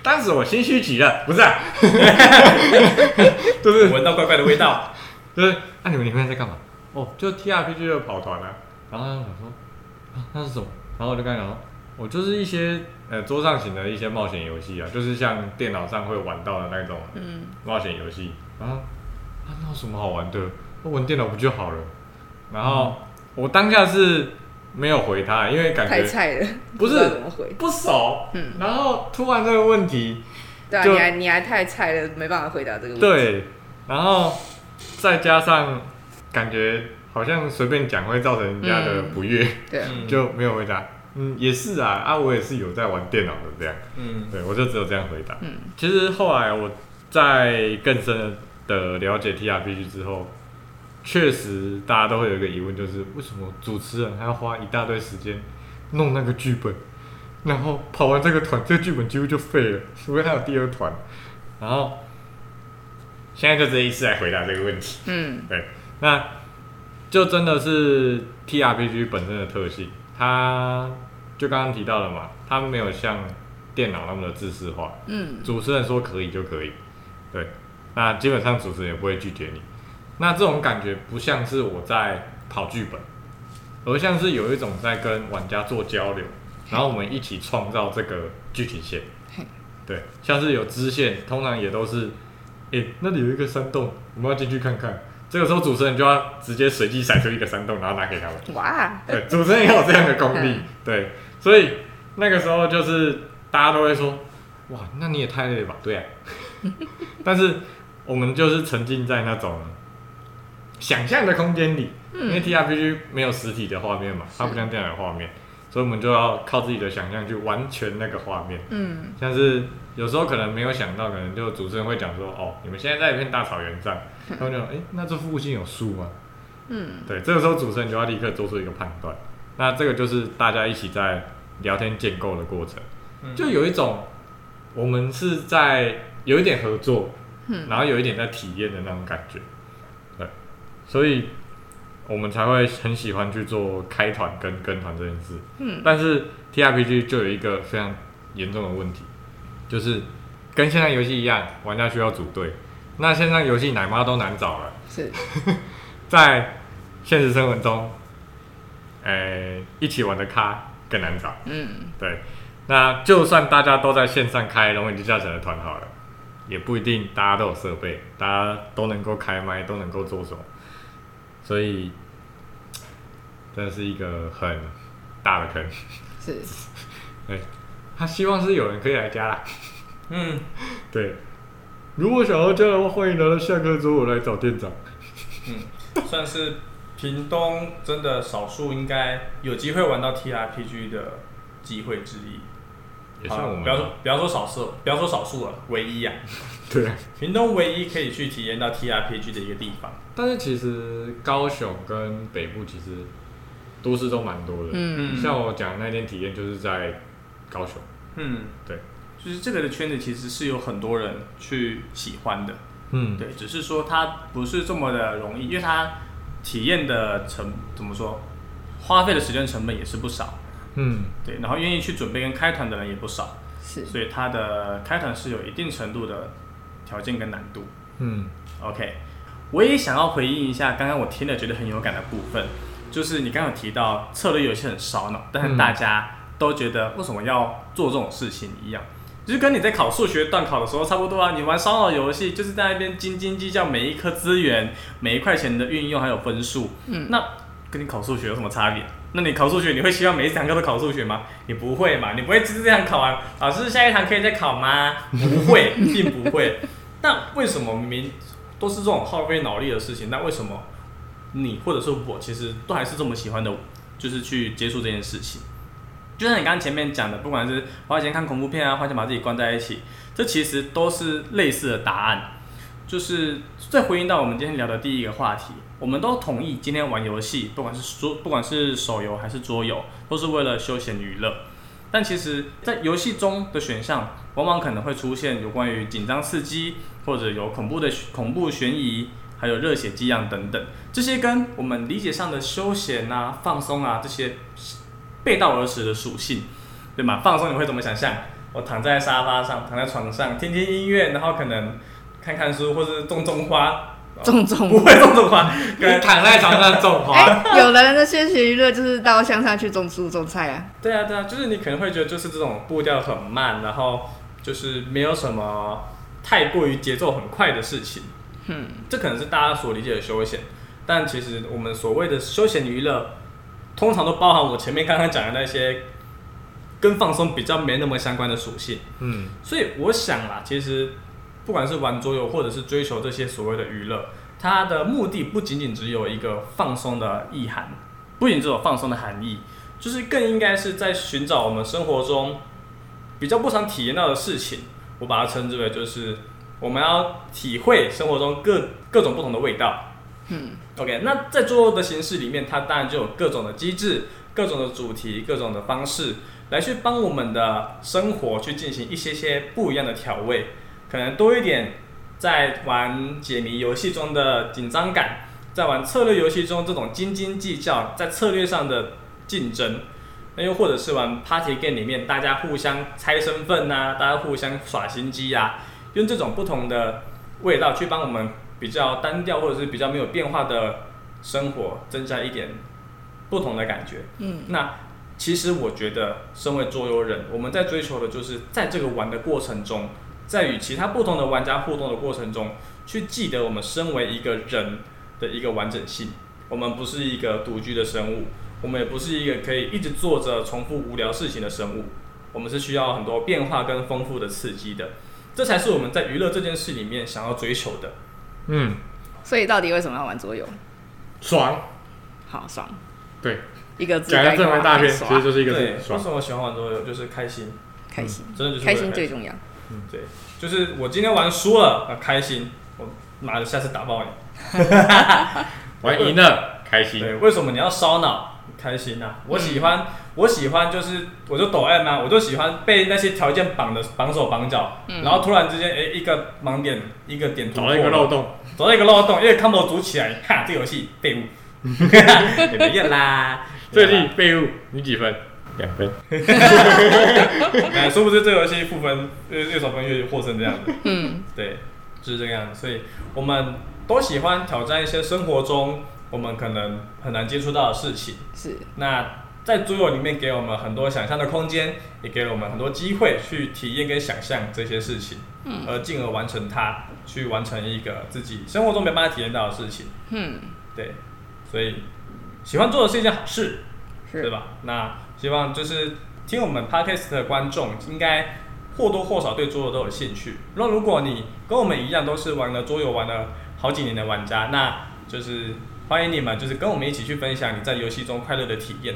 S2: 当时我心虚极了，不是、啊， 就是
S3: 闻到怪怪的味道，
S2: 就是，那、你们里面在干嘛？哦，就 T R P G 的跑团啊。然后他就想说，啊，那是什么？然后我就跟他讲说，我就是一些呃桌上型的一些冒险游戏啊，就是像电脑上会玩到的那种
S4: 嗯，
S2: 冒险游戏啊，啊，那有什么好玩的？我玩电脑不就好了？然后、我当下是没有回他，因为
S4: 嗯
S2: 感
S4: 太
S2: 觉
S4: 菜了，
S2: 不是
S4: 知道怎么回，
S2: 不熟。
S4: 嗯
S2: 然后突然这个问题，
S4: 对啊，
S2: 就
S4: 你还你还太菜了，没办法回答这个问题，，
S2: 对，然后再加上感觉好像随便讲会造成人家的不悦，
S4: 对啊，
S3: 嗯
S2: 就没有回答。嗯，也是啊，啊，我也是有在玩电脑的这样。
S3: 嗯，
S2: 对，我就只有这样回答。
S4: 嗯，
S2: 其实后来我在更深的了解 TRPG 之后，确实大家都会有一个疑问，就是为什么主持人还要花一大堆时间弄那个剧本，然后跑完这个团，这个剧本几乎就废了，除非还有第二团。然后现在就这一次来回答这个问题。
S4: 嗯，
S2: 对，那就真的是 TRPG 本身的特性，它就刚刚提到了嘛，它没有像电脑那么的自私化，
S4: 嗯，
S2: 主持人说可以就可以，对，那基本上主持人也不会拒绝你。那这种感觉不像是我在跑剧本，而像是有一种在跟玩家做交流，然后我们一起创造这个剧情线
S4: 嘿。
S2: 对，像是有支线，通常也都是，诶、那里有一个山洞，我们要进去看看。这个时候主持人就要直接随机闪出一个山洞，然后拿给他们。
S4: 哇，
S2: 对，主持人也有这样的功力
S4: 嗯。
S2: 对，所以那个时候就是大家都会说，哇，那你也太累了吧？对啊。但是我们就是沉浸在那种想象的空间里，因为 T R P G 没有实体的画面嘛，它不像电脑的画面，所以我们就要靠自己的想象去完全那个画面。
S4: 嗯，
S2: 像是有时候可能没有想到，可能就主持人会讲说，哦，你们现在在一片大草原上，他们就，哎、那这附近有树吗？
S4: 嗯，
S2: 对，这个时候主持人就要立刻做出一个判断。那这个就是大家一起在聊天建构的过程，就有一种我们是在有一点合作，
S4: 嗯
S2: 然后有一点在体验的那种感觉，对，所以我们才会很喜欢去做开团跟跟团这件事。
S4: 嗯，
S2: 但是 T R P G 就有一个非常严重的问题，就是跟线上游戏一样，玩家需要组队。那线上游戏奶妈都难找了，
S4: 是，
S2: 在现实生活中，诶、一起玩的咖更难找。
S4: 嗯，
S2: 对，那就算大家都在线上开龙眼机教程的团好了，也不一定大家都有设备，大家都能够开麦，都能够做手，所以这是一个很大的坑。
S4: 是
S2: 他希望是有人可以来加啦。
S3: 嗯，
S2: 对，如果想要加的话，欢迎来到下课之后来找店长。
S3: 算是屏东真的少数应该有机会玩到 TRPG 的机会之一。
S2: 也算
S3: 好
S2: 我们
S3: 不要说
S2: 吧
S3: 不要说少数，不要说少数了，唯一啊，
S2: 对啊。
S3: 屏东唯一可以去体验到 TRPG 的一个地方。
S2: 但是其实高雄跟北部其实都市都蛮多的，
S4: 嗯
S3: 嗯
S2: 像我讲的那天体验就是在高雄，
S3: 嗯，
S2: 对，
S3: 就是这个的圈子其实是有很多人去喜欢的，
S2: 嗯，
S3: 对，只是说它不是这么的容易，因为它体验的成怎么说，花费的时间成本也是不少，
S2: 嗯，
S3: 对，然后愿意去准备跟开团的人也不少，
S4: 是
S3: 所以它的开团是有一定程度的条件跟难度。
S2: 嗯，
S3: OK，我也想要回应一下刚刚我听了觉得很有感的部分，就是你刚刚有提到策略游戏很烧脑，但是大家都觉得为什么要做这种事情一样，就是跟你在考数学段考的时候差不多啊。你玩烧脑游戏就是在那边斤斤计较每一颗资源、每一块钱的运用还有分数，
S4: 嗯
S3: 那跟你考数学有什么差别？那你考数学，你会希望每一堂课都考数学吗？你不会嘛？你不会就是这样考完，老师下一堂可以再考吗？不会，并不会。 那为什么明明都是这种耗费脑力的事情，那为什么你或者是我，其实都还是这么喜欢的，就是去接触这件事情？就像你刚刚前面讲的，不管是花钱看恐怖片啊，花钱把自己关在一起，这其实都是类似的答案。就是再回应到我们今天聊的第一个话题，我们都同意今天玩游戏，不管是桌，不管是手游还是桌游，都是为了休闲娱乐。但其实，在游戏中的选项，往往可能会出现有关于紧张刺激，或者有恐怖的恐怖悬疑，还有热血激昂等等，这些跟我们理解上的休闲啊、放松啊这些背道而驰的属性，对吗？放松你会怎么想象？我躺在沙发上，躺在床上，听听音乐，然后可能看看书，或是种种花，
S4: 种种
S3: 不会种种花，可能
S2: 躺在床上种花，
S4: 哎、有的人的休闲娱乐就是到乡下去种蔬种菜啊，
S3: 对啊，对啊，就是你可能会觉得就是这种步调很慢，然后就是没有什么太过于节奏很快的事情。
S4: 嗯，
S3: 这可能是大家所理解的休闲，但其实我们所谓的休闲娱乐，通常都包含我前面刚刚讲的那些跟放松比较没那么相关的属性。
S2: 嗯，
S3: 所以我想啦，其实不管是玩桌游，或者是追求这些所谓的娱乐，它的目的不仅仅只有一个放松的意涵，不仅只有放松的含义，就是更应该是在寻找我们生活中比较不常体验到的事情。我把它称之为就是我们要体会生活中各各种不同的味道。
S4: 嗯
S3: ，OK，那在桌游的形式里面，它当然就有各种的机制、各种的主题、各种的方式，来去帮我们的生活去进行一些些不一样的调味，可能多一点在玩解谜游戏中的紧张感，在玩策略游戏中这种斤斤计较，在策略上的竞争。那又或者是玩 party game 里面，大家互相猜身份呐、大家互相耍心机啊，用这种不同的味道去帮我们比较单调或者是比较没有变化的生活增加一点不同的感觉。
S4: 嗯，
S3: 那其实我觉得，身为桌游人，我们在追求的就是在这个玩的过程中，在与其他不同的玩家互动的过程中，去记得我们身为一个人的一个完整性。我们不是一个独居的生物，我们也不是一个可以一直做着重复无聊事情的生物。我们是需要很多变化跟丰富的刺激的，这才是我们在娱乐这件事里面想要追求的。
S2: 嗯，
S4: 所以到底为什么要玩桌游？
S2: 爽，
S4: 好爽，
S2: 对，
S4: 一个字
S2: 讲
S4: 概
S2: 的这
S4: 括啊
S2: 么大片，其
S4: 爽
S2: 实就是一个
S3: 对，
S2: 字
S3: 为
S2: 爽
S3: 什，么喜欢玩桌游？就是开心，
S4: 开心，
S3: 真的就是为
S4: 开
S3: 了
S4: 心最重要。
S3: 对，就是我今天玩输了，啊，开心，我妈的，下次打爆你。
S2: 玩赢了开心，
S3: 对，为什么你要烧脑？开心啊！我喜欢，
S2: 嗯
S3: 我喜欢就是，我就抖 M 啊，我就喜欢被那些条件绑的绑手绑脚，然后突然之间，哎、一个盲点，一个点突
S2: 嗯找
S3: 破
S2: 到一个漏洞，
S3: 找到一个漏洞，因为 combo 组起来，哈，这个游戏废物，也没用啦。
S2: 最近废物你几分？两分，
S3: 哎，殊不知这个游戏负分越越少分越获胜这样子。
S4: 嗯，
S3: 对，就是这个样子。所以我们都喜欢挑战一些生活中我们可能很难接触到的事情。
S4: 是
S3: 那在桌游里面给我们很多想象的空间，也给了我们很多机会去体验跟想象这些事情，嗯，而进而完成它，去完成一个自己生活中没办法体验到的事情，
S4: 嗯，
S3: 对，所以喜欢做的是一件好事，对
S4: 是？
S3: 吧？那希望就是听我们 podcast 的观众，应该或多或少对桌游都有兴趣。那如果你跟我们一样都是玩了桌游玩了好几年的玩家，那就是欢迎你们，就是跟我们一起去分享你在游戏中快乐的体验。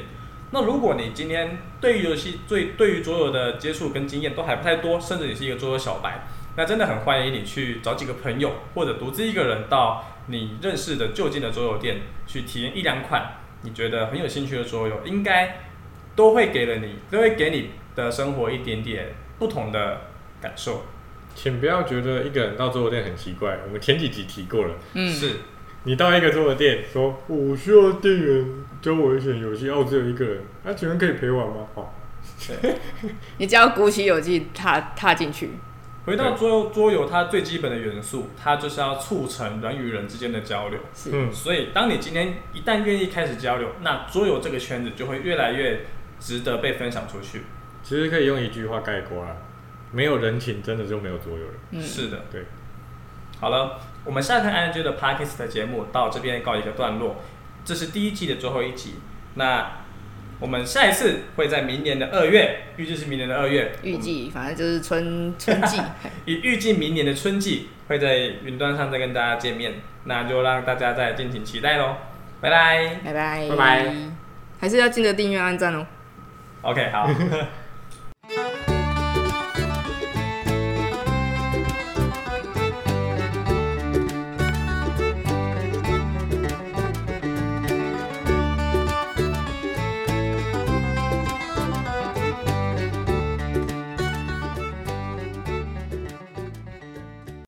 S3: 那如果你今天对于游戏最对于桌游的接触跟经验都还不太多，甚至你是一个桌游小白，那真的很欢迎你去找几个朋友或者独自一个人到你认识的就近的桌游店去体验一两款你觉得很有兴趣的桌游，应该都会给了你，都会给你的生活一点点不同的感受。
S2: 请不要觉得一个人到桌游店很奇怪，我们前几集提过了。
S4: 嗯，
S3: 是，
S2: 你到一个桌游店说，我需要店员教我一选游戏，哦，我只有一个人，那、请问可以陪玩吗？好、
S4: 你只要鼓起勇气踏踏进去，
S3: 回到桌游桌游，它最基本的元素，它就是要促成人与人之间的交流。
S4: 是
S2: 嗯，
S3: 所以，当你今天一旦愿意开始交流，那桌游这个圈子就会越来越值得被分享出去。
S2: 其实可以用一句话概括啦，啊没有人情，真的就没有桌游了。
S4: 嗯
S3: 是的，
S2: 对。
S3: 好了，我们下课 ING 的 Parkes 的节目到这边告一个段落，这是第一季的最后一集。那我们下一次会在明年的二月，预计是明年的二月，
S4: 预计反正就是春春季，
S3: 也预计明年的春季会在云端上再跟大家见面，那就让大家再敬请期待喽，拜拜。
S4: 拜拜
S5: 拜拜，
S4: 还是要记得订阅、按赞哦。
S3: OK，好。